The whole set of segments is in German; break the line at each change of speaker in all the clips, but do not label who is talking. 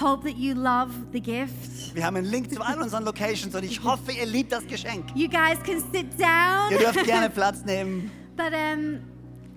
hope that you love the gift.
Wir haben einen Link zu all unseren Locations und ich hoffe, ihr liebt das Geschenk.
You guys can sit down.
Ihr dürft gerne Platz nehmen.
But um,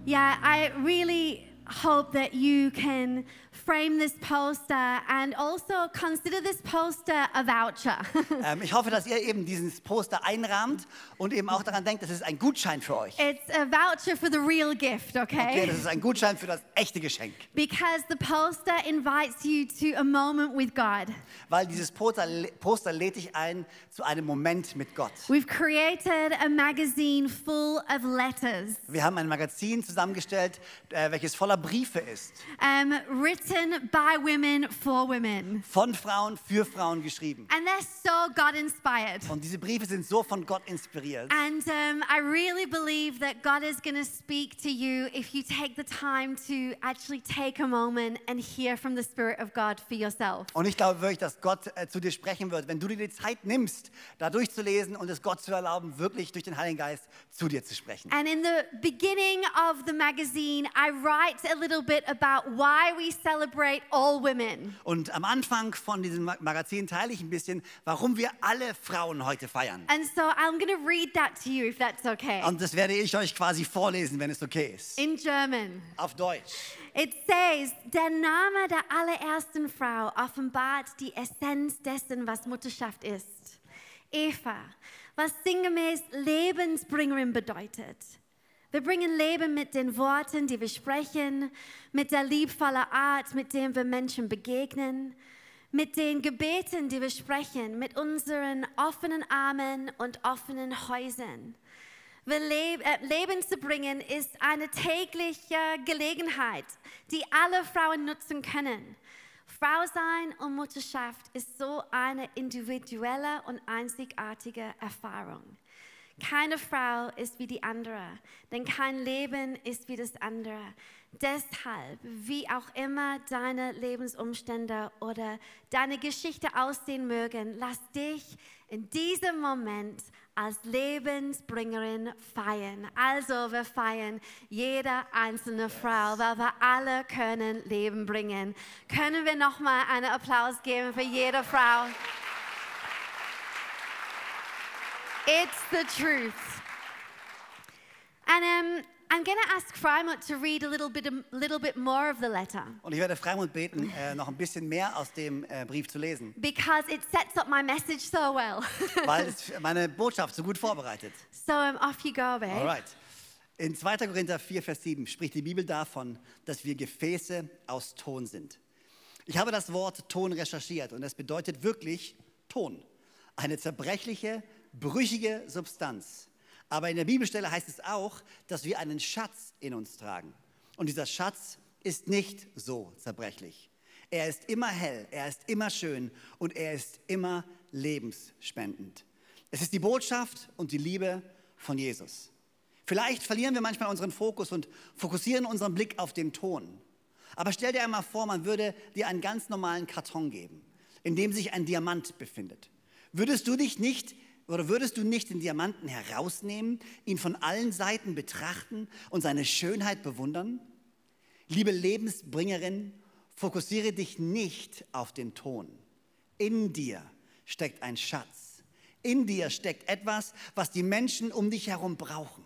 yeah, I really hope that you can frame this poster and also consider this poster a voucher.
Ähm, ich hoffe, dass ihr eben dieses Poster einrahmt und eben auch daran denkt, das ist ein Gutschein für euch.
it's a voucher for the real gift, okay?
Okay, das ist ein Gutschein für das echte Geschenk,
Because the poster invites you to a moment with God.
weil dieses Poster, Poster lädt dich ein zu einem Moment mit Gott.
We've created a magazine full of letters.
Wir haben ein Magazin zusammengestellt, äh, welches voller Briefe ist,
um, written by women for women.
von Frauen für Frauen geschrieben.
And they're so God inspired.
Und diese Briefe sind so von Gott inspiriert.
And um, I really believe that God is going to speak to you if you take the time to actually take a moment and hear from the Spirit of God for yourself.
Und ich glaube wirklich, dass Gott äh, zu dir sprechen wird, wenn du dir die Zeit nimmst, da durchzulesen und es Gott zu erlauben, wirklich durch den Heiligen Geist zu dir zu sprechen.
And in the beginning of the magazine, I write a little bit about why we celebrate all women.
Und am Anfang von diesem Ma- Magazin teile ich ein bisschen, warum wir alle Frauen heute feiern.
And so I'm going to read that to you if that's okay.
Und das werde ich euch quasi vorlesen, wenn es okay ist.
In German.
Auf Deutsch.
It says, der Name der allerersten Frau offenbart die Essenz dessen, was Mutterschaft ist. Eva, was sinngemäß Lebensbringerin bedeutet. Wir bringen Leben mit den Worten, die wir sprechen, mit der liebevollen Art, mit der wir Menschen begegnen, mit den Gebeten, die wir sprechen, mit unseren offenen Armen und offenen Häusern. Wir leb äh, Leben zu bringen ist eine tägliche Gelegenheit, die alle Frauen nutzen können. Frau sein und Mutterschaft ist so eine individuelle und einzigartige Erfahrung. Keine Frau ist wie die andere, denn kein Leben ist wie das andere. Deshalb, wie auch immer deine Lebensumstände oder deine Geschichte aussehen mögen, lass dich in diesem Moment als Lebensbringerin feiern. Also wir feiern jede einzelne Frau, weil wir alle können Leben bringen. Können wir nochmal einen Applaus geben für jede Frau? It's the truth. And um, I'm going to ask Frymont to read a little bit, a little bit more of the letter
Und ich werde Freimund beten, äh, noch ein bisschen mehr aus dem äh, Brief zu lesen,
because it sets up my message so well.
weil es meine Botschaft so gut vorbereitet.
so um, off you go, babe.
Alright. In 2. Korinther 4, Vers 7 spricht die Bibel davon, dass wir Gefäße aus Ton sind. Ich habe das Wort Ton recherchiert und es bedeutet wirklich Ton. Eine zerbrechliche, brüchige Substanz. Aber in der Bibelstelle heißt es auch, dass wir einen Schatz in uns tragen. Und dieser Schatz ist nicht so zerbrechlich. Er ist immer hell, er ist immer schön und er ist immer lebensspendend. Es ist die Botschaft und die Liebe von Jesus. Vielleicht verlieren wir manchmal unseren Fokus und fokussieren unseren Blick auf den Ton. Aber stell dir einmal vor, man würde dir einen ganz normalen Karton geben, in dem sich ein Diamant befindet. Würdest du dich nicht oder würdest du nicht den Diamanten herausnehmen, ihn von allen Seiten betrachten und seine Schönheit bewundern? Liebe Lebensbringerin, fokussiere dich nicht auf den Ton. In dir steckt ein Schatz. In dir steckt etwas, was die Menschen um dich herum brauchen.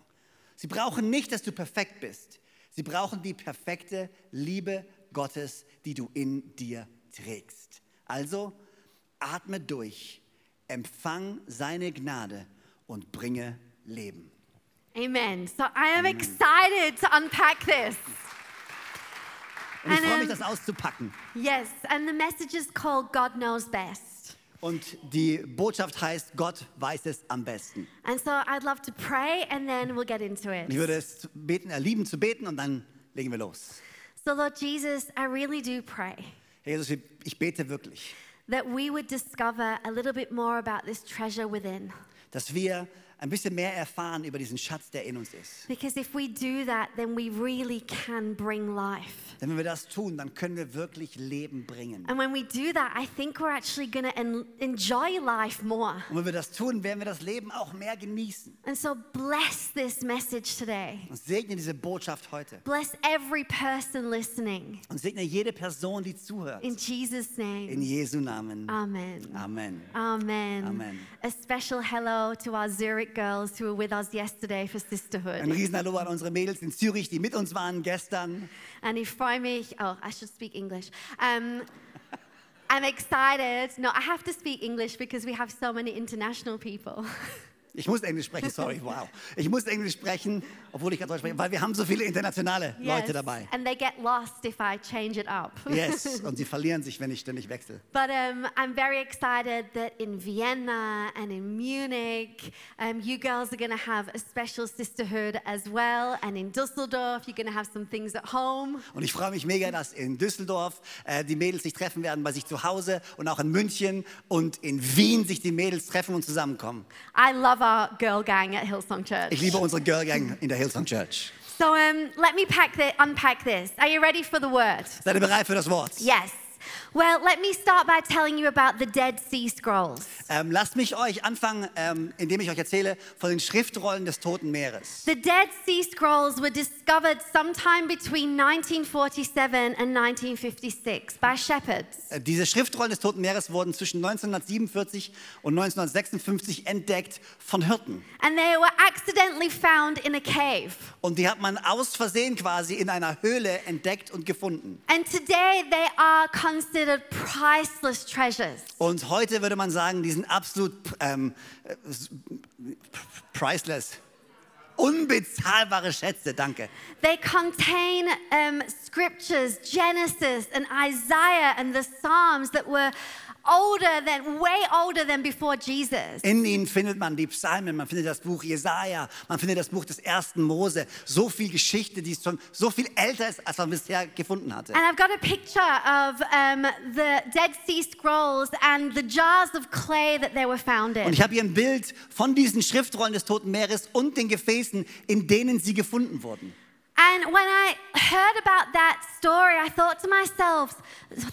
Sie brauchen nicht, dass du perfekt bist. Sie brauchen die perfekte Liebe Gottes, die du in dir trägst. Also atme durch, empfang seine Gnade und bringe Leben.
Amen. So I am excited to unpack this.
Und ich freue mich,
Amen.
das auszupacken.
Yes, and the message is called God Knows Best.
Und die Botschaft heißt, Gott weiß es am besten.
And so I'd love to pray and then we'll get into
Und ich
it.
würde es zu beten, äh, lieben zu beten und dann legen wir los.
So, Lord Jesus, I really do pray
Herr Jesus, wir- ich bete wirklich,
that we would discover a little bit more about this treasure within.
dass wir ein bisschen mehr erfahren über diesen Schatz, der in uns ist.
Because if we do that, then we really can bring life.
Denn wenn wir das tun, dann können wir wirklich Leben bringen.
And when we do that, I think we're actually going to en- enjoy life more.
Und wenn wir das tun, werden wir das Leben auch mehr genießen.
And so bless this message today.
Und segne diese Botschaft heute.
Bless every person listening.
Und segne jede Person, die zuhört.
In Jesus'
In
name.
Jesu Namen.
Amen.
Amen.
Amen.
Amen.
A special hello to our Zurich girls who were with us yesterday for
Ein
sisterhood.
Riesenhallo an unsere Mädels in Zürich, die mit uns waren gestern.
And if I may, oh, I should speak English. Um, I'm excited. No, I have to speak English because we have so many international people.
Ich muss Englisch sprechen, sorry, wow. Ich muss Englisch sprechen, obwohl ich gerade Deutsch spreche, weil wir haben so viele internationale Leute dabei.
And they get lost if I change it up.
Yes, und sie verlieren sich, wenn ich ständig wechsle.
But um, I'm very excited that in Vienna and in Munich, um, you girls are going to have a special sisterhood as well. And in Dusseldorf, you're going to have some things at home.
Und ich freue mich mega, dass in Düsseldorf äh, die Mädels sich treffen werden bei sich zu Hause und auch in München und in Wien sich die Mädels treffen und zusammenkommen.
I love our girl gang at Hillsong Church.
Ich liebe unsere Girl Gang in der Hillsong Church.
So um, let me pack the, unpack this. Are you ready for the word?
Seid ihr bereit für das Wort?
Yes. Well, let me start by telling you about the Dead Sea Scrolls.
Ähm, lasst mich euch anfangen, ähm, indem ich euch erzähle von den Schriftrollen des Toten Meeres.
The Dead Sea Scrolls were discovered sometime between 1947 and 1956 by shepherds.
Äh, Diese Schriftrollen des Toten Meeres wurden zwischen 1947 und 1956 entdeckt von Hirten.
And they were accidentally found in a cave.
Und die hat man aus Versehen quasi in einer Höhle entdeckt und gefunden.
And today they are considered priceless treasures.
Und heute würde man sagen, die sind absolut ähm, äh, priceless. Unbezahlbare Schätze, danke.
They contain um, scriptures, Genesis and Isaiah and the Psalms that were older than, way older than before Jesus.
In ihnen findet man die Psalmen, man findet das Buch Jesaja, man findet das Buch des ersten Mose. So viel Geschichte, die schon so viel älter ist, als man bisher gefunden hatte.
And I've got a picture of um, the Dead Sea Scrolls and the jars of clay that they were found
Und
in.
ich habe hier ein Bild von diesen Schriftrollen des Toten Meeres und den Gefäßen, in denen sie gefunden wurden.
And when I heard about that story, I thought to myself,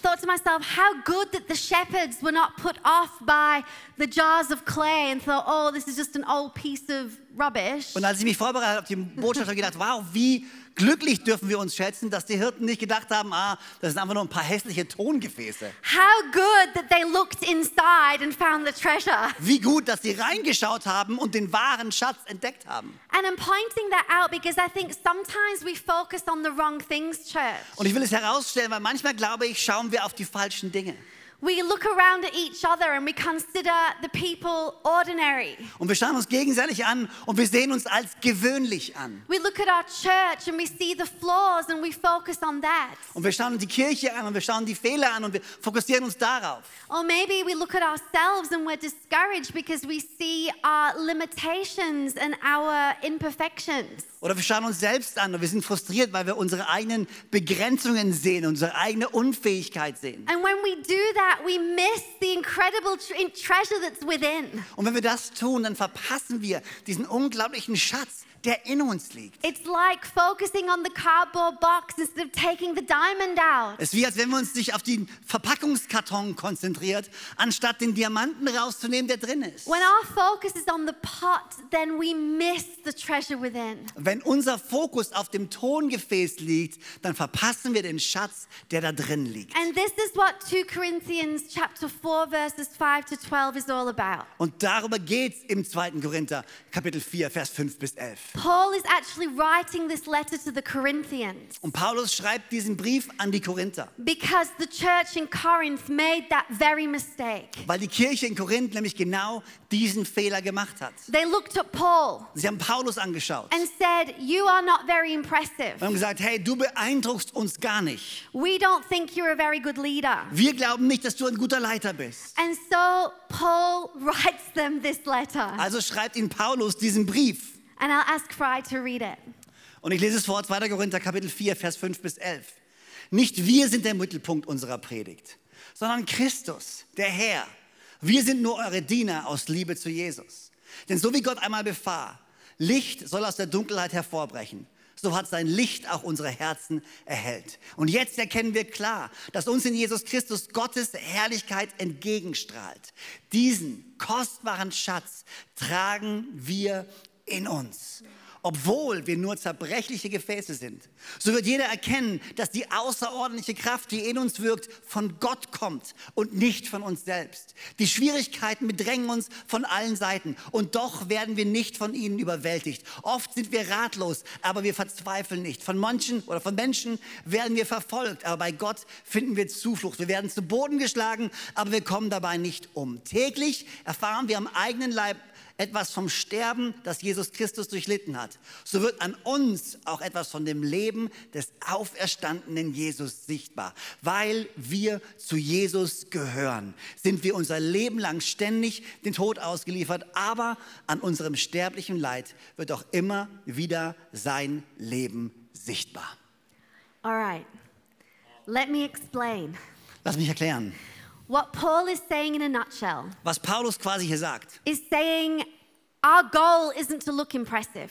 thought to myself, how good that the shepherds were not put off by the jars of clay and thought, oh, this is just an old piece of rubbisch.
Und als ich mich vorbereitet habe auf die Botschaft, habe ich gedacht, wow, wie glücklich dürfen wir uns schätzen, dass die Hirten nicht gedacht haben, ah, das sind einfach nur ein paar hässliche Tongefäße.
How good that they looked inside and found the treasure.
Wie gut, dass sie reingeschaut haben und den wahren Schatz entdeckt haben.
And I'm pointing that out because I think sometimes we focus on the wrong things, church.
Und ich will es herausstellen, weil manchmal glaube ich, schauen wir auf die falschen Dinge.
We look around at each other and we consider the people ordinary.
Und wir schauen uns gegenseitig an und wir sehen uns als gewöhnlich an.
We look at our church and we see the flaws and we focus on that.
Und wir schauen die Kirche an und wir schauen die Fehler an und wir fokussieren uns darauf.
Or maybe we look at ourselves and we're discouraged because we see our limitations and our imperfections.
Oder wir schauen uns selbst an und wir sind frustriert, weil wir unsere eigenen Begrenzungen sehen, unsere eigene Unfähigkeit sehen.
And when we do that, we miss the incredible tre- treasure that's within.
Und wenn wir das tun, dann verpassen wir diesen unglaublichen Schatz, der in uns liegt.
It's like focusing on the cardboard box instead of taking the diamond out.
Es ist wie, als wenn wir uns nicht auf den Verpackungskarton konzentriert, anstatt den Diamanten rauszunehmen, der drin ist.
When our focus is on the pot, then we miss the treasure within.
Wenn unser Fokus auf dem Tongefäß liegt, dann verpassen wir den Schatz, der da drin liegt.
And this is what 2 Corinthians chapter 4 verses 5 to 12 is all about.
Und darüber geht es im 2. Korinther, Kapitel 4, Vers 5 bis 11.
Paul is actually writing this letter to the Corinthians
Und Paulus schreibt diesen Brief an die Korinther,
because the church in Corinth made that very mistake.
weil die Kirche in Korinth nämlich genau diesen Fehler gemacht hat.
They looked at Paul
Sie haben Paulus angeschaut.
and said, "You are not very impressive.
Wir haben gesagt, hey, du beeindruckst uns gar nicht.
We don't think you're a very good leader."
Wir glauben nicht, dass du ein guter Leiter bist.
And so Paul writes them this letter.
Also schreibt ihn Paulus diesen Brief.
And I'll ask Fry to read it.
Und ich lese es vor, 2. Korinther Kapitel 4, Vers 5 bis 11. Nicht wir sind der Mittelpunkt unserer Predigt, sondern Christus, der Herr. Wir sind nur eure Diener aus Liebe zu Jesus. Denn so wie Gott einmal befahr, Licht soll aus der Dunkelheit hervorbrechen, so hat sein Licht auch unsere Herzen erhellt. Und jetzt erkennen wir klar, dass uns in Jesus Christus Gottes Herrlichkeit entgegenstrahlt. Diesen kostbaren Schatz tragen wir in uns. Obwohl wir nur zerbrechliche Gefäße sind, so wird jeder erkennen, dass die außerordentliche Kraft, die in uns wirkt, von Gott kommt und nicht von uns selbst. Die Schwierigkeiten bedrängen uns von allen Seiten und doch werden wir nicht von ihnen überwältigt. Oft sind wir ratlos, aber wir verzweifeln nicht. Von manchen oder von Menschen werden wir verfolgt, aber bei Gott finden wir Zuflucht. Wir werden zu Boden geschlagen, aber wir kommen dabei nicht um. Täglich erfahren wir am eigenen Leib etwas vom Sterben, das Jesus Christus durchlitten hat, so wird an uns auch etwas von dem Leben des auferstandenen Jesus sichtbar. Weil wir zu Jesus gehören, sind wir unser Leben lang ständig dem Tod ausgeliefert, aber an unserem sterblichen Leid wird auch immer wieder sein Leben sichtbar.
All right, let me explain.
Lass mich erklären,
What Paul is saying in a nutshell
was Paulus quasi hier sagt.
is saying our goal isn't to look impressive,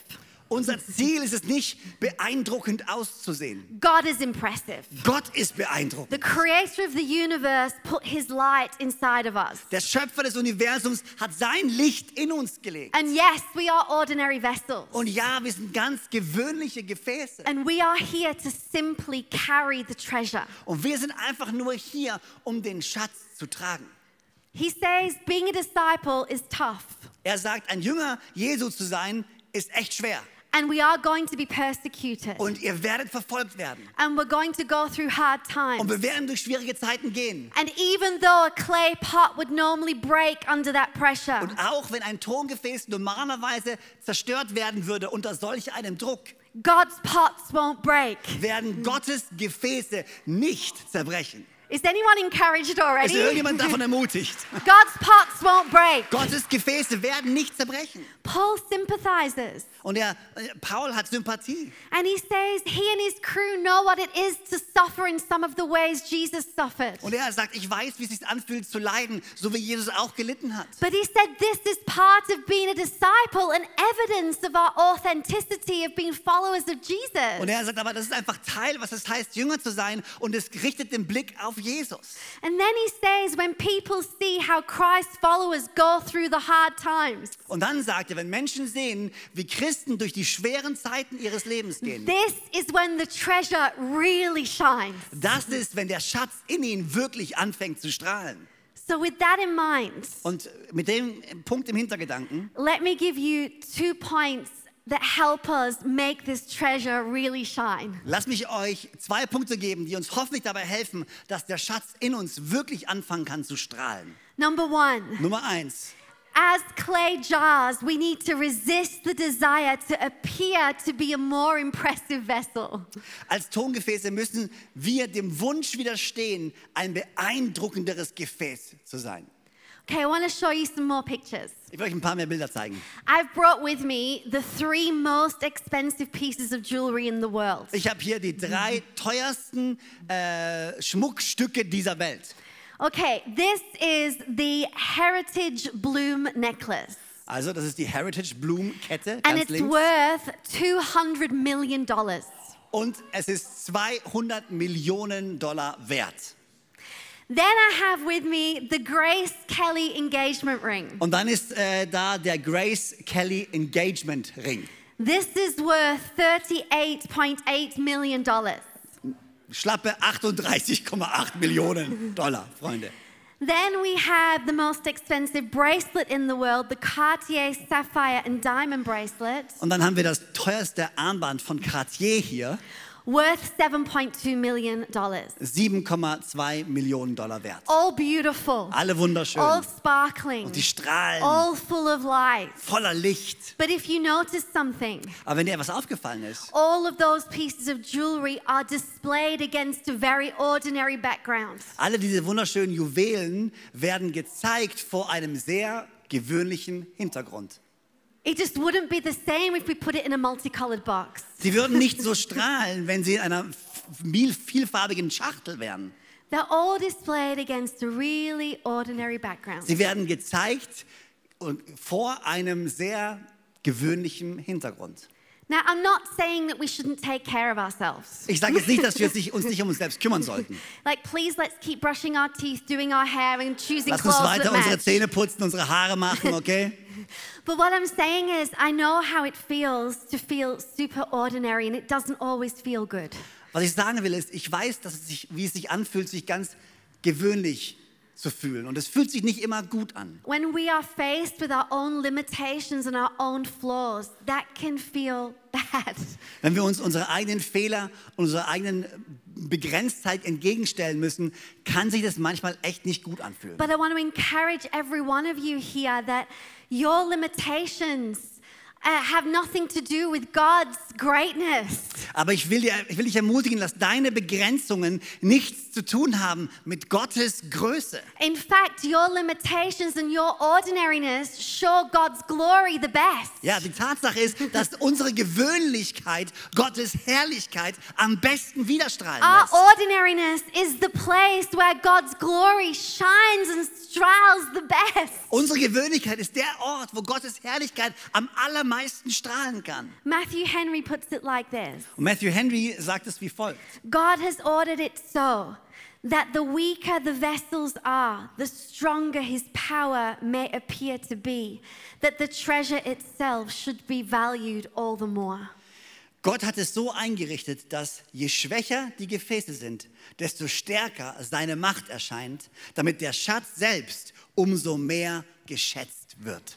Unser Ziel ist es nicht, beeindruckend auszusehen.
God is impressive.
Gott ist beeindruckend.
The creator of the universe put his light inside of us.
Der Schöpfer des Universums hat sein Licht in uns gelegt.
And yes, we are ordinary vessels.
Und ja, wir sind ganz gewöhnliche Gefäße.
And we are here to simply carry the treasure.
Und wir sind einfach nur hier, um den Schatz zu tragen.
He says being a disciple is tough
Er sagt, ein Jünger Jesu zu sein, ist echt schwer.
and we are going to be persecuted
Und ihr werdet verfolgt werden.
and we're going to go through hard
Und
times.
wir werden durch schwierige Zeiten gehen.
And even though a clay pot would normally break under that pressure,
Und auch wenn ein Tongefäß normalerweise zerstört werden würde unter solch einem Druck,
God's pots won't break.
werden Gottes Gefäße nicht zerbrechen.
Is anyone encouraged
Ist
already?
irgendjemand davon ermutigt?
God's pots won't break.
Gottes Gefäße werden nicht zerbrechen.
Paul sympathizes
Und er, äh, Paul hat Sympathie.
and he says he and his crew know what it is to suffer in some of the ways Jesus suffered.
Und er sagt, ich weiß, wie es sich anfühlt zu leiden, so wie Jesus auch gelitten hat.
But he said this is part of being a disciple and evidence of our authenticity of being followers of
Und
Jesus.
er sagt, aber das ist einfach Teil, was es heißt, Jünger zu sein. Und es richtet den Blick auf Jesus.
And then he says, when people see how Christ's followers go through the hard times,
Und dann sagt er, wenn Menschen sehen, wie Christen durch die schweren Zeiten ihres Lebens gehen,
this is when the treasure really shines.
das ist, wenn der Schatz in ihnen wirklich anfängt zu strahlen.
So, with that in mind,
Und mit dem Punkt im Hintergedanken
let me give you two points that help us make this treasure really shine.
Lass mich euch zwei Punkte geben, die uns hoffentlich dabei helfen, dass der Schatz in uns wirklich anfangen kann zu strahlen.
Number one,
Nummer eins.
As clay jars, we need to resist the desire to appear to be a more impressive vessel.
Als Tongefäße müssen wir dem Wunsch widerstehen, ein beeindruckenderes Gefäß zu sein.
Okay, I want to show you some more pictures.
Ich will euch ein paar mehr Bilder zeigen.
I've brought with me the three most expensive pieces of jewelry in the world.
Ich habe hier die drei teuersten äh, Schmuckstücke dieser Welt.
Okay, this is the Heritage Bloom necklace,
Also das ist die Heritage Bloom Kette
and
ganz
it's
links.
worth $200 million.
Und es ist 200 Millionen Dollar wert.
Then I have with me the Grace Kelly engagement ring.
Und dann ist äh, da der Grace Kelly Engagement Ring.
This is worth $38.8 million.
Schlappe 38,8 Millionen Dollar, Freunde.
Then we have the most expensive bracelet in the world, the Cartier Sapphire and Diamond bracelet,
Und dann haben wir das teuerste Armband von Cartier hier.
worth $7.2 million.
7,2 Millionen Dollar wert.
All beautiful,
Alle wunderschön.
all sparkling,
Und die strahlen
all full of light.
voller Licht.
But if you notice something,
Aber wenn dir etwas aufgefallen ist,
all of those pieces of jewelry are displayed against a very ordinary background.
alle diese wunderschönen Juwelen werden gezeigt vor einem sehr gewöhnlichen Hintergrund.
It just wouldn't be the same if we put it in a multicolored box.
Sie würden nicht so strahlen, wenn sie in einer f- viel- vielfarbigen Schachtel wären.
They're all displayed against a really ordinary background.
Sie werden gezeigt und vor einem sehr gewöhnlichen Hintergrund.
Now, I'm not saying that we shouldn't take care of ourselves.
Ich sage jetzt nicht, dass wir uns nicht, uns nicht um uns selbst kümmern sollten.
Like, please let's keep brushing our teeth, doing our hair, and choosing
Lass uns
clothes
weiter
that
unsere
match.
Zähne putzen, unsere Haare machen, okay?
But what I'm saying is, I know how it feels to feel super ordinary, and it doesn't always feel good.
Was ich sagen will, ist, ich weiß, dass es sich, wie es sich anfühlt, sich ganz gewöhnlich zu fühlen. Und es fühlt sich nicht immer gut an.
When we are faced with our own limitations and our own flaws, that can feel bad.
Wenn wir uns unsere eigenen Fehler und unserer eigenen Begrenztheit entgegenstellen müssen, kann sich das manchmal echt nicht gut anfühlen.
But I want to encourage every one of you here that your limitations uh, have nothing to do with God's greatness.
Aber ich will, dir, ich will dich ermutigen, dass deine Begrenzungen nichts zu tun haben mit Gottes Größe.
In fact, your limitations and your ordinariness show God's glory the best.
Ja, die Tatsache ist, dass unsere Gewöhnlichkeit Gottes Herrlichkeit am besten widerstrahlen
Our
lässt.
ordinariness is the place where God's glory shines and strails the best.
Unsere Gewöhnlichkeit ist der Ort, wo Gottes Herrlichkeit am allermeisten strahlen kann.
Matthew Henry puts it like this
Und Matthew Henry sagt es wie folgt.
God has ordered it so that the weaker the vessels are, the stronger his power may appear to be, that the treasure itself should be valued all the more.
Gott hat es so eingerichtet, dass je schwächer die Gefäße sind, desto stärker seine Macht erscheint, damit der Schatz selbst umso mehr geschätzt wird.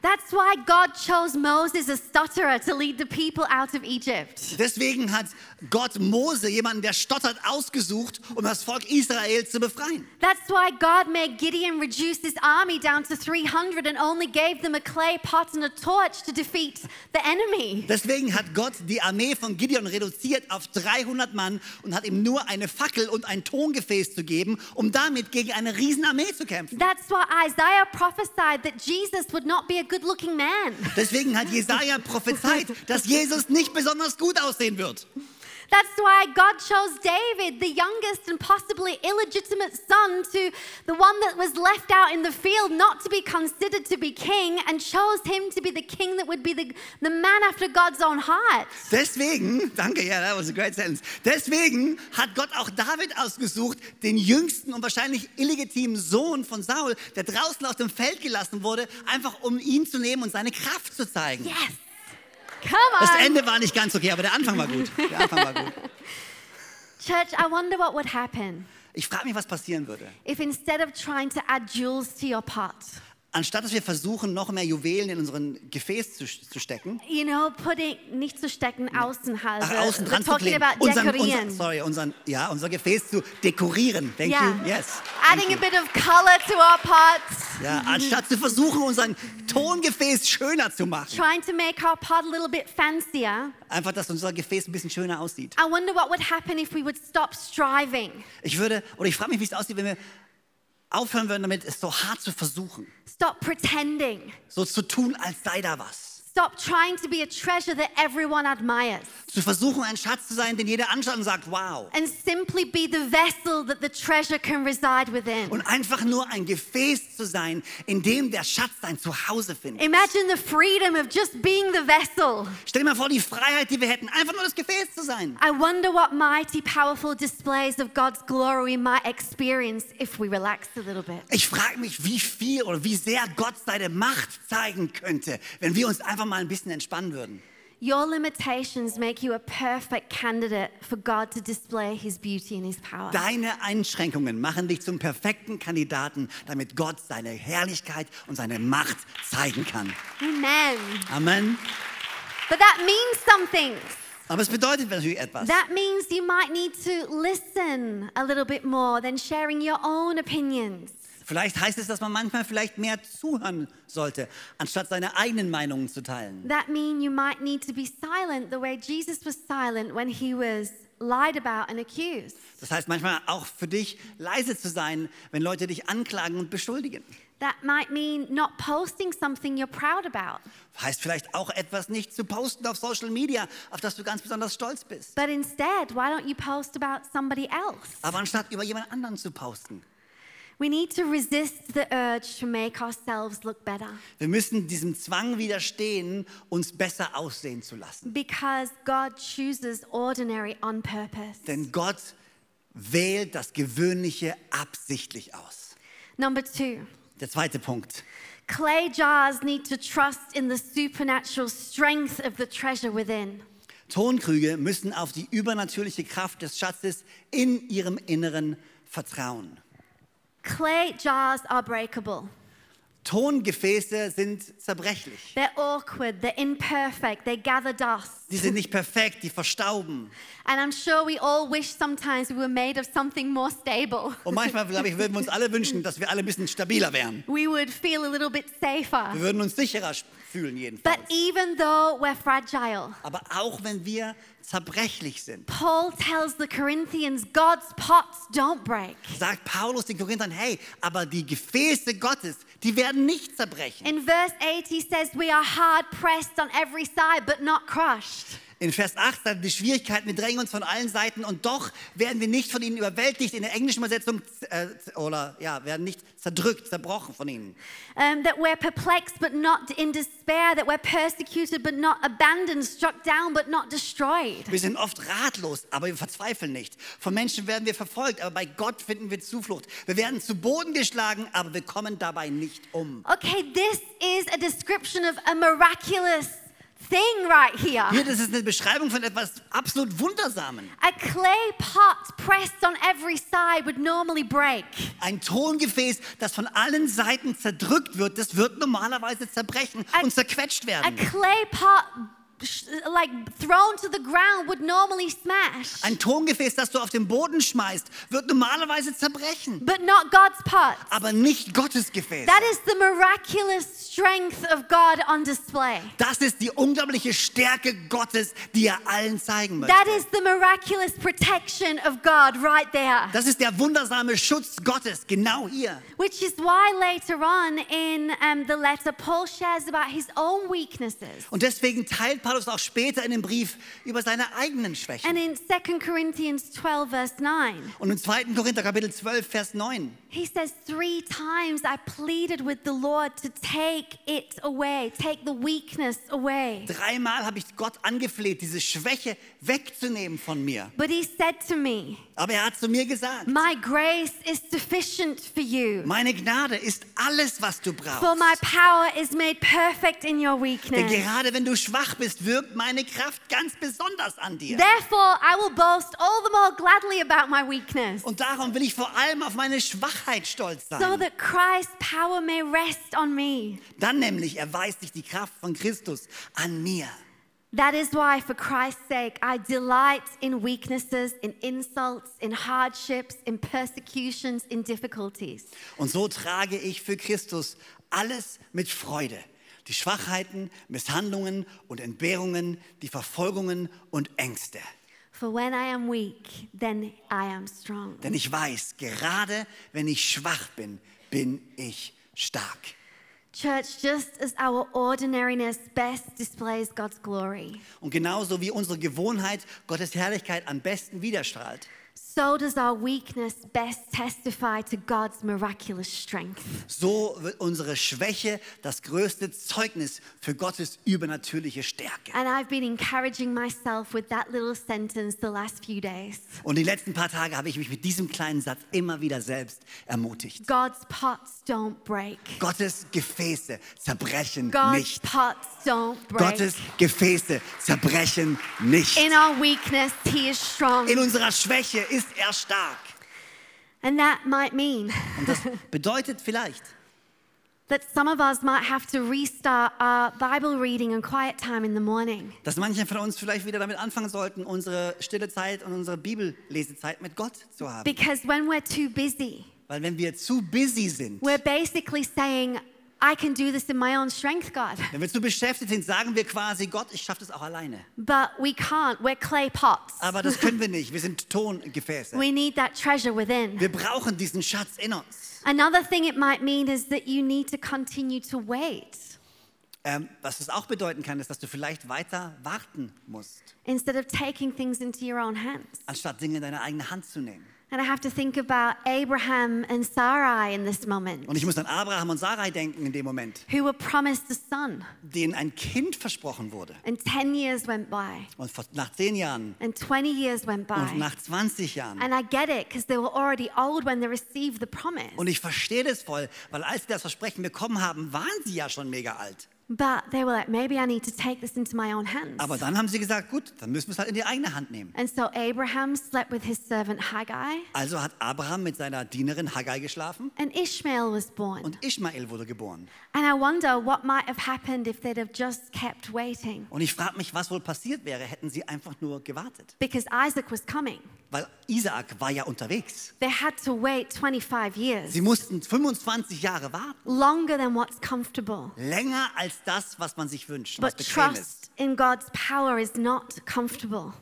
That's why God chose Moses, a stutterer, to lead the people out of Egypt.
Deswegen hat Gott Mose, jemanden, der stottert, ausgesucht, um das Volk Israel zu befreien.
That's why God made Gideon reduce his army down to 300 and only gave them a clay pot and a torch to defeat the enemy.
Deswegen hat Gott die Armee von Gideon reduziert auf 300 Mann und hat ihm nur eine Fackel und ein Tongefäß zu geben, um damit gegen eine Riesenarmee zu kämpfen.
That's why Isaiah prophesied that Jesus would not be a good looking man.
Deswegen hat Jesaja prophezeit, dass Jesus nicht besonders gut aussehen wird.
That's why God chose David, the youngest and possibly illegitimate son, to the one that was left out in the field not to be considered to be king, and chose him to be the king that would be the, the man after God's own heart.
Deswegen, danke, ja, that was a great sentence. Deswegen hat Gott auch David ausgesucht, den jüngsten und wahrscheinlich illegitimen Sohn von Saul, der draußen auf dem Feld gelassen wurde, einfach um ihn zu nehmen und seine Kraft zu zeigen.
Yes. Come
Das
on.
Ende war nicht ganz okay, aber der Anfang war gut. Der Anfang war gut.
Church, I wonder what would happen
Ich frage mich, was passieren würde.
if instead of trying to add jewels to your pot,
Anstatt dass wir versuchen, noch mehr Juwelen in unseren Gefäß zu, zu stecken,
you know, putting nicht zu stecken außen
nach
halten.
außen
Also, We're
dran zu
talking
kleben,
about
unseren,
dekorieren.
unseren, sorry, unseren, ja, unser Gefäß zu dekorieren. Thank
Yeah.
you. Yes.
Adding a bit of color to our pots.
Ja, anstatt zu versuchen, unseren Tongefäß schöner zu machen.
Trying to make our pot a little bit fancier.
Einfach, dass unser Gefäß ein bisschen schöner aussieht.
I wonder what would happen if we would stop striving,
Ich würde, oder ich frage mich, wie es aussieht, wenn wir aufhören würden, damit es so hart zu versuchen.
stop pretending,
So zu tun, als sei da was.
stop trying to be a treasure that everyone admires,
Zu versuchen, ein Schatz zu sein, den jeder anschaut und sagt, wow.
and simply be the vessel that the treasure can reside within.
Und einfach nur ein Gefäß zu sein, in dem der Schatz sein Zuhause findet.
Imagine the freedom of just being the vessel.
Stell dir mal vor, die Freiheit, die wir hätten, einfach nur das Gefäß zu sein.
I wonder what mighty, powerful displays of God's glory we might experience if we relaxed a little bit.
Ich frage mich, wie viel oder wie sehr Gott seine Macht zeigen könnte, wenn wir uns einfach mal ein bisschen entspannen würden.
Your limitations make you a perfect candidate for God to display His beauty and His power.
Deine Einschränkungen machen dich zum perfekten Kandidaten, damit Gott seine Herrlichkeit und seine Macht zeigen kann.
Amen.
Amen.
But that means something.
Aber es bedeutet natürlich etwas.
That means you might need to listen a little bit more than sharing your own opinions.
Vielleicht heißt es, dass man manchmal vielleicht mehr zuhören sollte, anstatt seine eigenen Meinungen zu teilen.
That means you might need to be silent the way Jesus was silent when He was lied about and accused.
Das heißt manchmal auch für dich leise zu sein, wenn Leute dich anklagen und beschuldigen.
That might mean not posting something you're proud about,
Heißt vielleicht auch etwas nicht zu posten auf Social Media, auf das du ganz besonders stolz bist.
but instead, why don't you post about somebody else?
Aber anstatt über jemand anderen zu posten,
We need to resist the urge to make ourselves look better
wir müssen diesem Zwang widerstehen, uns besser aussehen zu lassen.
because God chooses ordinary on purpose.
Denn Gott wählt das Gewöhnliche absichtlich aus.
Number two,
Der zweite Punkt.
clay jars need to trust in the supernatural strength of the treasure within.
Tonkrüge müssen auf die übernatürliche Kraft des Schatzes in ihrem Inneren vertrauen.
Clay jars are breakable.
Tongefäße sind zerbrechlich.
They're awkward, they're imperfect, they gather dust.
Die sind nicht perfekt, die verstauben.
And I'm sure we all wish sometimes we were made of something more stable.
Und manchmal, glaube ich, würden wir uns alle wünschen, dass wir alle ein bisschen stabiler wären.
We would feel a little bit
Wir
safer.
würden uns sicherer fühlen
But
jedenfalls.
even though we're fragile,
Aber auch wenn wir zerbrechlich sind,
Paul tells the Corinthians God's pots don't break.
sagt Paulus den Korinthern, hey, aber die Gefäße Gottes, die werden nicht zerbrechen.
In verse 8, he says, We are hard pressed on every side, but not crushed.
In Vers 8 sagt er, die Schwierigkeiten, wir drängen uns von allen Seiten und doch werden wir nicht von ihnen überwältigt. In der englischen Übersetzung, äh, oder ja, werden nicht zerdrückt, zerbrochen von ihnen.
Um, that we're perplexed, but not in despair. That we're persecuted, but not abandoned. Struck down, but not destroyed.
Wir sind oft ratlos, aber wir verzweifeln nicht. Von Menschen werden wir verfolgt, aber bei Gott finden wir Zuflucht. Wir werden zu Boden geschlagen, aber wir kommen dabei nicht um.
Okay, this is a description of a miraculous thing right
Hier,
here.
das ist eine Beschreibung von etwas absolut Wundersamen.
A clay pot pressed on every side would normally break.
Ein Tongefäß, das von allen Seiten zerdrückt wird, das wird normalerweise zerbrechen und zerquetscht
A
werden.
clay pot, sh- like thrown to the ground, would normally smash.
Ein Tongefäß, das du auf den Boden schmeißt, wird normalerweise zerbrechen,
But not God's pot.
aber nicht Gottes Gefäß.
That is the miraculous strength of God on display.
Das ist die unglaubliche Stärke Gottes, die er allen zeigen möchte.
That is the miraculous protection of God right there.
Das ist der wundersame Schutz Gottes, genau hier.
Which is why later on in um, the letter, Paul shares about his own weaknesses.
Und deswegen teilt Paulus auch später in dem Brief über seine eigenen
And
Schwächen.
in 2 Corinthians 12, verse 9,
Und im 2. Korinther Kapitel 12, Vers 9,
he says, Three times I pleaded with the Lord to take it away, take the weakness away.
dreimal habe ich Gott angefleht, diese Schwäche wegzunehmen von mir.
But he said to me,
Aber er hat zu mir gesagt,
My grace is sufficient for you,
meine Gnade ist alles, was du
for my
brauchst.
power is made perfect in your
Denn
weakness.
gerade wenn du schwach bist, wirkt meine Kraft ganz besonders an dir.
Therefore, I will boast all the more gladly about my weakness,
Und darum will ich vor allem auf meine Schwachheit stolz
so
sein.
that Christ's power may rest on me.
Dann nämlich erweist sich die Kraft von Christus an mir.
That is why, for Christ's sake, I delight in weaknesses, in insults, in hardships, in persecutions, in difficulties.
Und so trage ich für Christus alles mit Freude. Die Schwachheiten, Misshandlungen und Entbehrungen, die Verfolgungen und Ängste.
For when I am weak, then I am strong.
Denn ich weiß, gerade wenn ich schwach bin, bin ich stark.
Church, just as our ordinariness best displays God's glory,
Und genauso wie unsere Gewohnheit Gottes Herrlichkeit am besten widerstrahlt,
so does our weakness best testify to God's miraculous strength.
so wird unsere Schwäche das größte Zeugnis für Gottes übernatürliche Stärke.
And I've been encouraging myself with that little sentence the last few days.
Und die letzten paar Tage habe ich mich mit diesem kleinen Satz immer wieder selbst ermutigt.
God's pots don't break.
Gottes Gefäße zerbrechen
God's
nicht.
pots don't break.
Gottes Gefäße zerbrechen nicht.
In our weakness, He is strong.
In unserer Schwäche ist er stark.
and that might mean
Und das bedeutet vielleicht,
that some of us might have to restart our Bible reading and quiet time in the morning.
dass manche von uns vielleicht wieder damit anfangen sollten, unsere stille Zeit und unsere Bibellesezeit mit Gott zu haben.
Because when we're too busy,
Weil wenn wir zu busy sind,
we're basically saying, I can do this in my own strength, God.
Wenn wir zu beschäftigt sind, sagen wir quasi, Gott, ich schaffe das auch alleine.
But we can't. We're clay pots.
Aber das können wir nicht. Wir sind Tongefäße.
We need that treasure within.
Wir brauchen diesen Schatz in uns.
Another thing it might mean is that you need to continue to wait
Ähm, was es auch bedeuten kann, ist, dass du vielleicht weiter warten musst,
instead of taking things into your own hands.
anstatt Dinge in deine eigene Hand zu nehmen.
And I have to think about Abraham and Sarai in this moment,
Und ich muss an Abraham und Sarai denken in dem Moment,
who were promised a son.
denen ein Kind versprochen wurde.
And 10 years went by,
Und vor- nach zehn Jahren
and 20 years went
und
by.
nach 20 Jahren.
And I get it because they were already old when they received the promise.
Und ich verstehe das voll, weil als sie das Versprechen bekommen haben, waren sie ja schon mega alt.
But they were like, maybe I need to take this into my own hands.
Aber dann haben sie gesagt, gut, dann müssen wir es halt in die eigene Hand nehmen.
And so Abraham slept with his servant Haggai,
Also hat Abraham mit seiner Dienerin Haggai geschlafen
and Ishmael was born.
und Ishmael wurde geboren.
And I wonder what might have happened if they'd have just kept waiting.
Und ich frage mich, was wohl passiert wäre, hätten sie einfach nur gewartet.
Because Isaac was coming.
Weil Isaak war ja unterwegs.
They had to wait 25 years,
Sie mussten 25 Jahre warten.
longer than what's comfortable.
Länger als das, was man sich wünscht, was
But
bequem ist.
trust in God's power is not comfortable.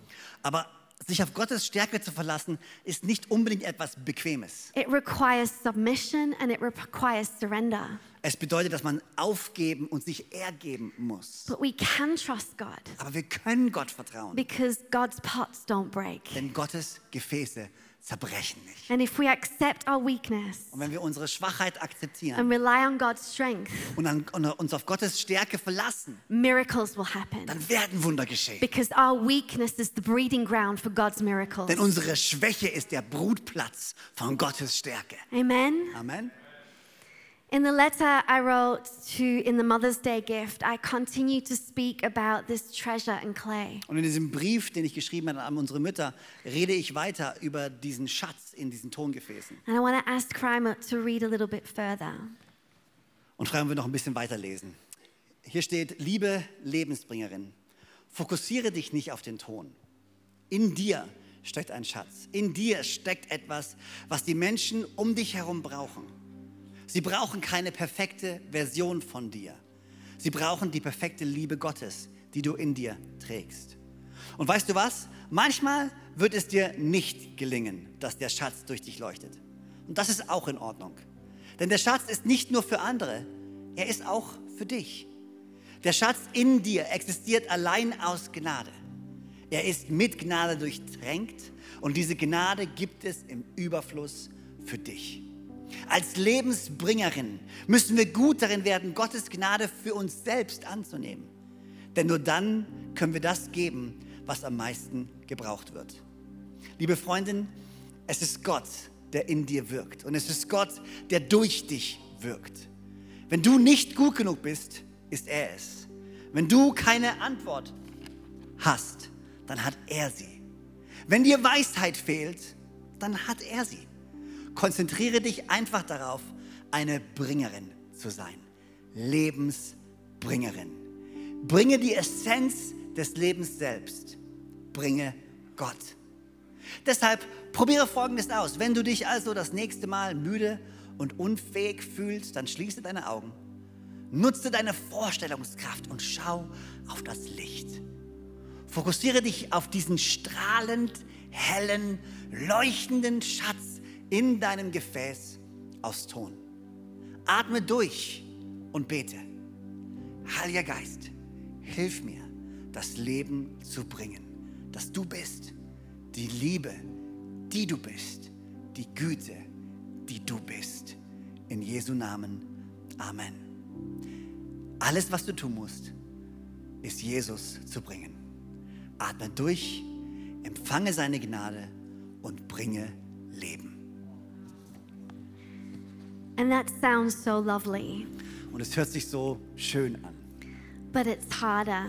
Aber sich auf Gottes Stärke zu verlassen, ist nicht unbedingt etwas Bequemes.
It requires submission and it requires surrender.
Es bedeutet, dass man aufgeben und sich ergeben muss.
But we can trust God
Aber wir können Gott vertrauen,
because God's pots don't break.
denn Gottes Gefäße zerbrechen nicht.
And if we accept our weakness
Und wenn wir unsere Schwachheit akzeptieren
and rely on God's strength,
und an, und uns auf Gottes Stärke verlassen,
miracles will happen.
dann werden Wunder geschehen.
Because our weakness is the breeding ground for God's miracles.
Denn unsere Schwäche ist der Brutplatz von Gottes Stärke.
Amen.
Amen.
In the letter I wrote to in the Mother's Day gift, I continue to speak about this treasure and clay.
Und in diesem Brief, den ich geschrieben habe an unsere Mütter, rede ich weiter über diesen Schatz in diesen Tongefäßen.
And I want to ask Kramer to read a little bit further.
Und schreiben wir noch ein bisschen weiterlesen. Hier steht, liebe Lebensbringerin, fokussiere dich nicht auf den Ton. In dir steckt ein Schatz. In dir steckt etwas, was die Menschen um dich herum brauchen. Sie brauchen keine perfekte Version von dir. Sie brauchen die perfekte Liebe Gottes, die du in dir trägst. Und weißt du was? Manchmal wird es dir nicht gelingen, dass der Schatz durch dich leuchtet. Und das ist auch in Ordnung. Denn der Schatz ist nicht nur für andere, er ist auch für dich. Der Schatz in dir existiert allein aus Gnade. Er ist mit Gnade durchtränkt und diese Gnade gibt es im Überfluss für dich. Als Lebensbringerin müssen wir gut darin werden, Gottes Gnade für uns selbst anzunehmen. Denn nur dann können wir das geben, was am meisten gebraucht wird. Liebe Freundin, es ist Gott, der in dir wirkt. Und es ist Gott, der durch dich wirkt. Wenn du nicht gut genug bist, ist er es. Wenn du keine Antwort hast, dann hat er sie. Wenn dir Weisheit fehlt, dann hat er sie. Konzentriere dich einfach darauf, eine Bringerin zu sein. Lebensbringerin. Bringe die Essenz des Lebens selbst. Bringe Gott. Deshalb probiere Folgendes aus. Wenn du dich also das nächste Mal müde und unfähig fühlst, dann schließe deine Augen, nutze deine Vorstellungskraft und schau auf das Licht. Fokussiere dich auf diesen strahlend hellen, leuchtenden Schatz in deinem Gefäß aus Ton. Atme durch und bete. Heiliger Geist, hilf mir, das Leben zu bringen, das du bist, die Liebe, die du bist, die Güte, die du bist. In Jesu Namen. Amen. Alles, was du tun musst, ist Jesus zu bringen. Atme durch, empfange seine Gnade und bringe Leben.
And that sounds so lovely,
Und es hört sich so schön an,
but it's harder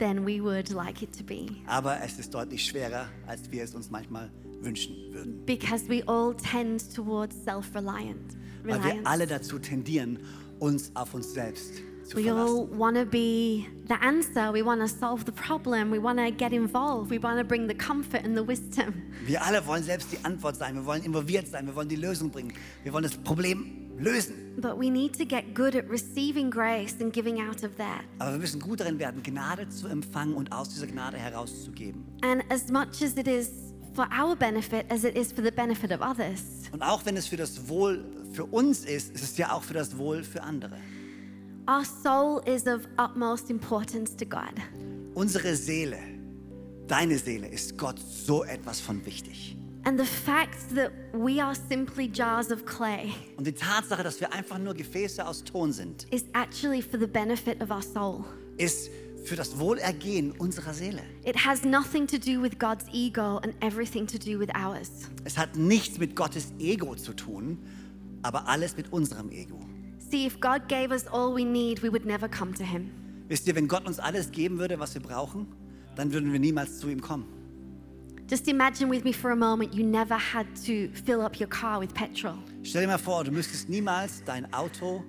than we would like it to be
aber es ist deutlich schwerer, als wir es uns manchmal wünschen würden.
because we all tend towards self reliance.
Weil wir alle dazu tendieren, uns auf uns selbst zu
We all
verlassen.
want to be the answer. We want to solve the problem. We want to get involved. We want to bring the comfort and the wisdom.
Wir alle wollen selbst die Antwort sein. Wir wollen involviert sein. Wir wollen die Lösung bringen. Wir wollen das Problem lösen.
But we need to get good at receiving grace and giving out of that.
Aber wir müssen gut darin werden, Gnade zu empfangen und aus dieser Gnade herauszugeben.
And as much as it is for our benefit as it is for the benefit of others,
Und auch wenn es für das Wohl für uns ist, ist es ja auch für das Wohl für andere.
our soul is of utmost importance to God.
Unsere Seele, deine Seele ist Gott so etwas von wichtig.
And the fact that we are simply jars of clay
Und die Tatsache, dass wir einfach nur Gefäße aus Ton sind,
is actually for the benefit of our soul.
ist für das Wohlergehen unserer Seele.
It has nothing to do with God's ego and everything to do with ours.
Es hat nichts mit Gottes Ego zu tun, aber alles mit unserem Ego.
See, if God gave us all we need, we would never come to Him.
Wisst ihr, wenn Gott uns alles geben würde, was wir brauchen, dann würden wir niemals zu ihm kommen.
Just imagine with me for a moment you never had to fill up your car with petrol.
Stell dir mal vor, du müsstest niemals dein Auto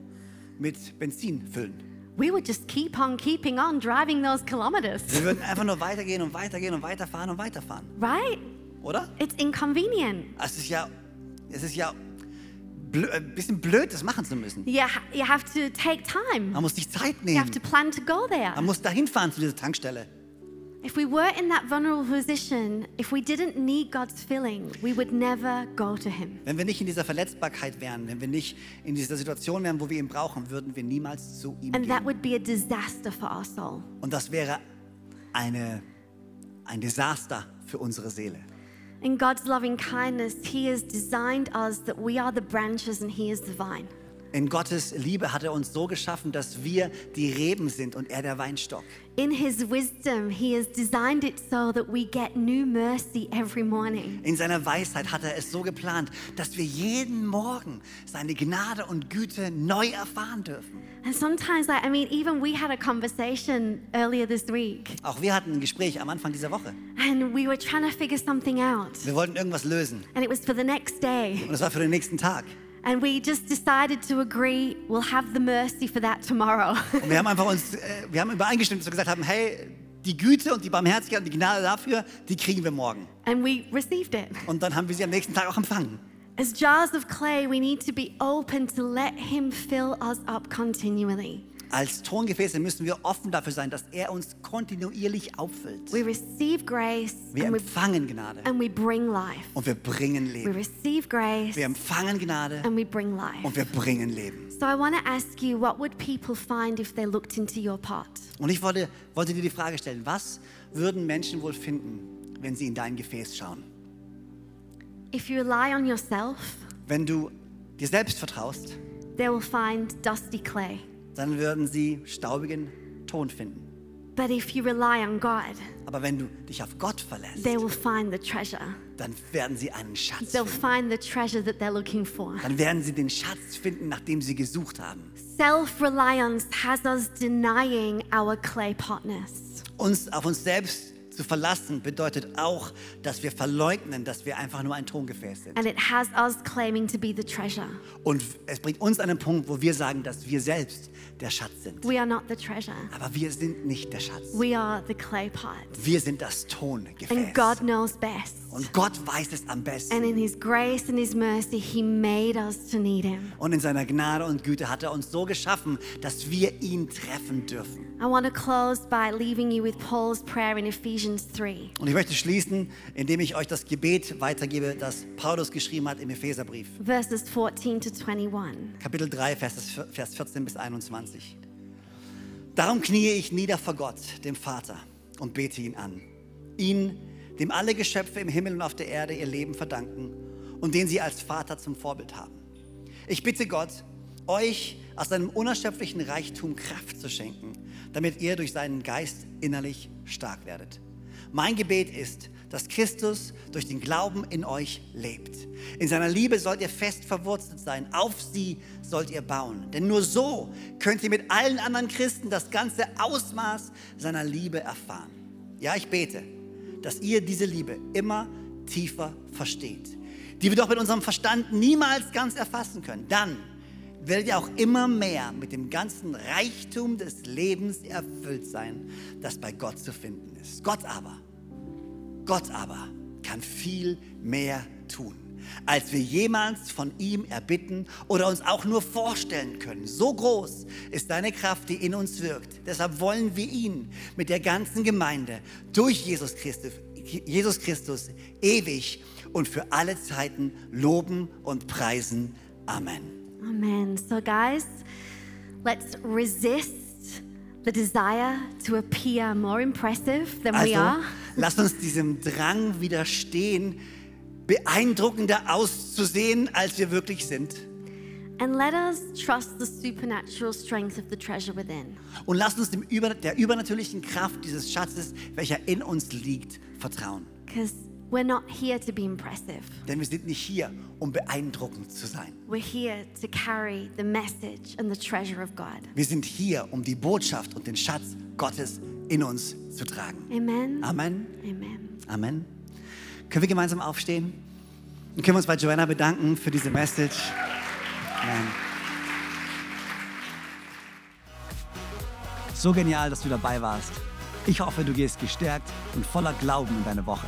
mit Benzin füllen.
We would just keep on keeping on driving those kilometers,
Wir würden einfach nur weitergehen und weitergehen und weiterfahren und weiterfahren,
right?
oder?
It's inconvenient.
Es ist ja, es ist ja blö, ein bisschen blöd, das machen zu müssen.
You, ha- you have to take time,
Man muss sich Zeit
you have
nehmen.
to plan to go there.
Man muss dahin fahren zu dieser Tankstelle.
If we were in that vulnerable position, if we didn't need God's filling, we would never go to Him.
Wenn wir nicht in dieser Verletzbarkeit wären, wenn wir nicht in dieser Situation wären, wo wir ihn brauchen, würden wir niemals zu ihm
And that
gehen.
would be a disaster for our soul.
Und das wäre eine, ein Desaster für unsere Seele.
In God's loving kindness, He has designed us that we are the branches and He is the vine.
In Gottes Liebe hat er uns so geschaffen, dass wir die Reben sind und er der Weinstock.
In His wisdom, He has designed it so that we get new mercy every morning.
In seiner Weisheit hat er es so geplant, dass wir jeden Morgen seine Gnade und Güte neu erfahren dürfen.
And sometimes, like, I mean, even we had a conversation earlier this week
Auch wir hatten ein Gespräch am Anfang dieser Woche.
and we were trying to figure something out.
Wir wollten irgendwas lösen
And it was for the next day.
und das war für den nächsten Tag.
And we just decided to agree we'll have the mercy for that tomorrow.
Und wir haben einfach uns, äh, wir haben übereingestimmt, dass wir gesagt haben, hey, die Güte und die Barmherzigkeit und die Gnade dafür, die kriegen wir morgen.
and we received it.
Und dann haben wir sie am nächsten Tag auch empfangen.
As jars of clay, we need to be open to let Him fill us up continually.
Als Tongefäße müssen wir offen dafür sein, dass er uns kontinuierlich auffüllt.
We receive grace
Wir
and we,
empfangen Gnade
and we bring life.
und wir bringen
We
Leben.
receive grace
Wir empfangen Gnade
and we bring life.
und wir bringen Leben.
So I want to ask you what would people find if they looked into your pot?
Und ich wollte, wollte dir die Frage stellen, was würden Menschen wohl finden, wenn sie in dein Gefäß schauen?
If you rely on yourself,
Wenn du dir selbst vertraust,
they will find dusty clay.
dann würden sie staubigen Ton finden.
But if you rely on God,
Aber wenn du dich auf Gott verlässt,
they will find the treasure.
dann werden sie einen Schatz
They'll
finden.
find the treasure that they're looking for.
Dann werden sie den Schatz finden, nach dem sie gesucht haben.
Self reliance has us denying our clay potness.
Uns auf uns selbst zu verlassen bedeutet auch, dass wir verleugnen, dass wir einfach nur ein Tongefäß sind.
And it has us claiming to be the treasure.
Und es bringt uns an einen Punkt, wo wir sagen, dass wir selbst der Schatz sind.
We are not the treasure,
Aber wir sind nicht der Schatz.
we are the clay pot.
Wir sind das
And
Tongefäß.
God knows best.
Und Gott weiß es am besten.
And in His grace and His mercy, He made us to need Him.
Und in seiner Gnade und Güte hat er uns so geschaffen, dass wir ihn treffen dürfen.
I want to close by leaving you with Paul's prayer in Ephesians 3.
Und ich möchte schließen, indem ich euch das Gebet weitergebe, das Paulus geschrieben hat im Epheserbrief.
Verses 14 to 21.
Kapitel 3, Vers, Vers 14 bis 21. Darum kniee ich nieder vor Gott, dem Vater, und bete ihn an. Ihn, dem alle Geschöpfe im Himmel und auf der Erde ihr Leben verdanken und den sie als Vater zum Vorbild haben. Ich bitte Gott, euch aus seinem unerschöpflichen Reichtum Kraft zu schenken, damit ihr durch seinen Geist innerlich stark werdet. Mein Gebet ist, dass Christus durch den Glauben in euch lebt. In seiner Liebe sollt ihr fest verwurzelt sein, auf sie sollt ihr bauen. Denn nur so könnt ihr mit allen anderen Christen das ganze Ausmaß seiner Liebe erfahren. Ja, ich bete, dass ihr diese Liebe immer tiefer versteht, die wir doch mit unserem Verstand niemals ganz erfassen können. Dann werdet ihr auch immer mehr mit dem ganzen Reichtum des Lebens erfüllt sein, das bei Gott zu finden ist. Gott aber Gott aber kann viel mehr tun, als wir jemals von ihm erbitten oder uns auch nur vorstellen können. So groß ist deine Kraft, die in uns wirkt. Deshalb wollen wir ihn mit der ganzen Gemeinde durch Jesus Christus, Jesus Christus ewig und für alle Zeiten loben und preisen. Amen.
Amen. So, guys, let's resist the desire to appear more impressive than we
Also,
are.
lasst uns diesem Drang widerstehen, beeindruckender auszusehen, als wir wirklich sind.
And let us trust the supernatural strength of the treasure within.
Und lasst uns dem Über der übernatürlichen Kraft dieses Schatzes, welcher in uns liegt, vertrauen.
Because we're not here to be impressive,
Denn wir sind nicht hier, um beeindruckend zu sein.
we're here to carry the message and the treasure of God.
Wir sind hier, um die Botschaft und den Schatz Gottes in uns zu tragen.
Amen.
Amen.
Amen.
Amen. Können wir gemeinsam aufstehen? Und können wir uns bei Joanna bedanken für diese Message? Amen. So genial, dass du dabei warst. Ich hoffe, du gehst gestärkt und voller Glauben in deine Woche.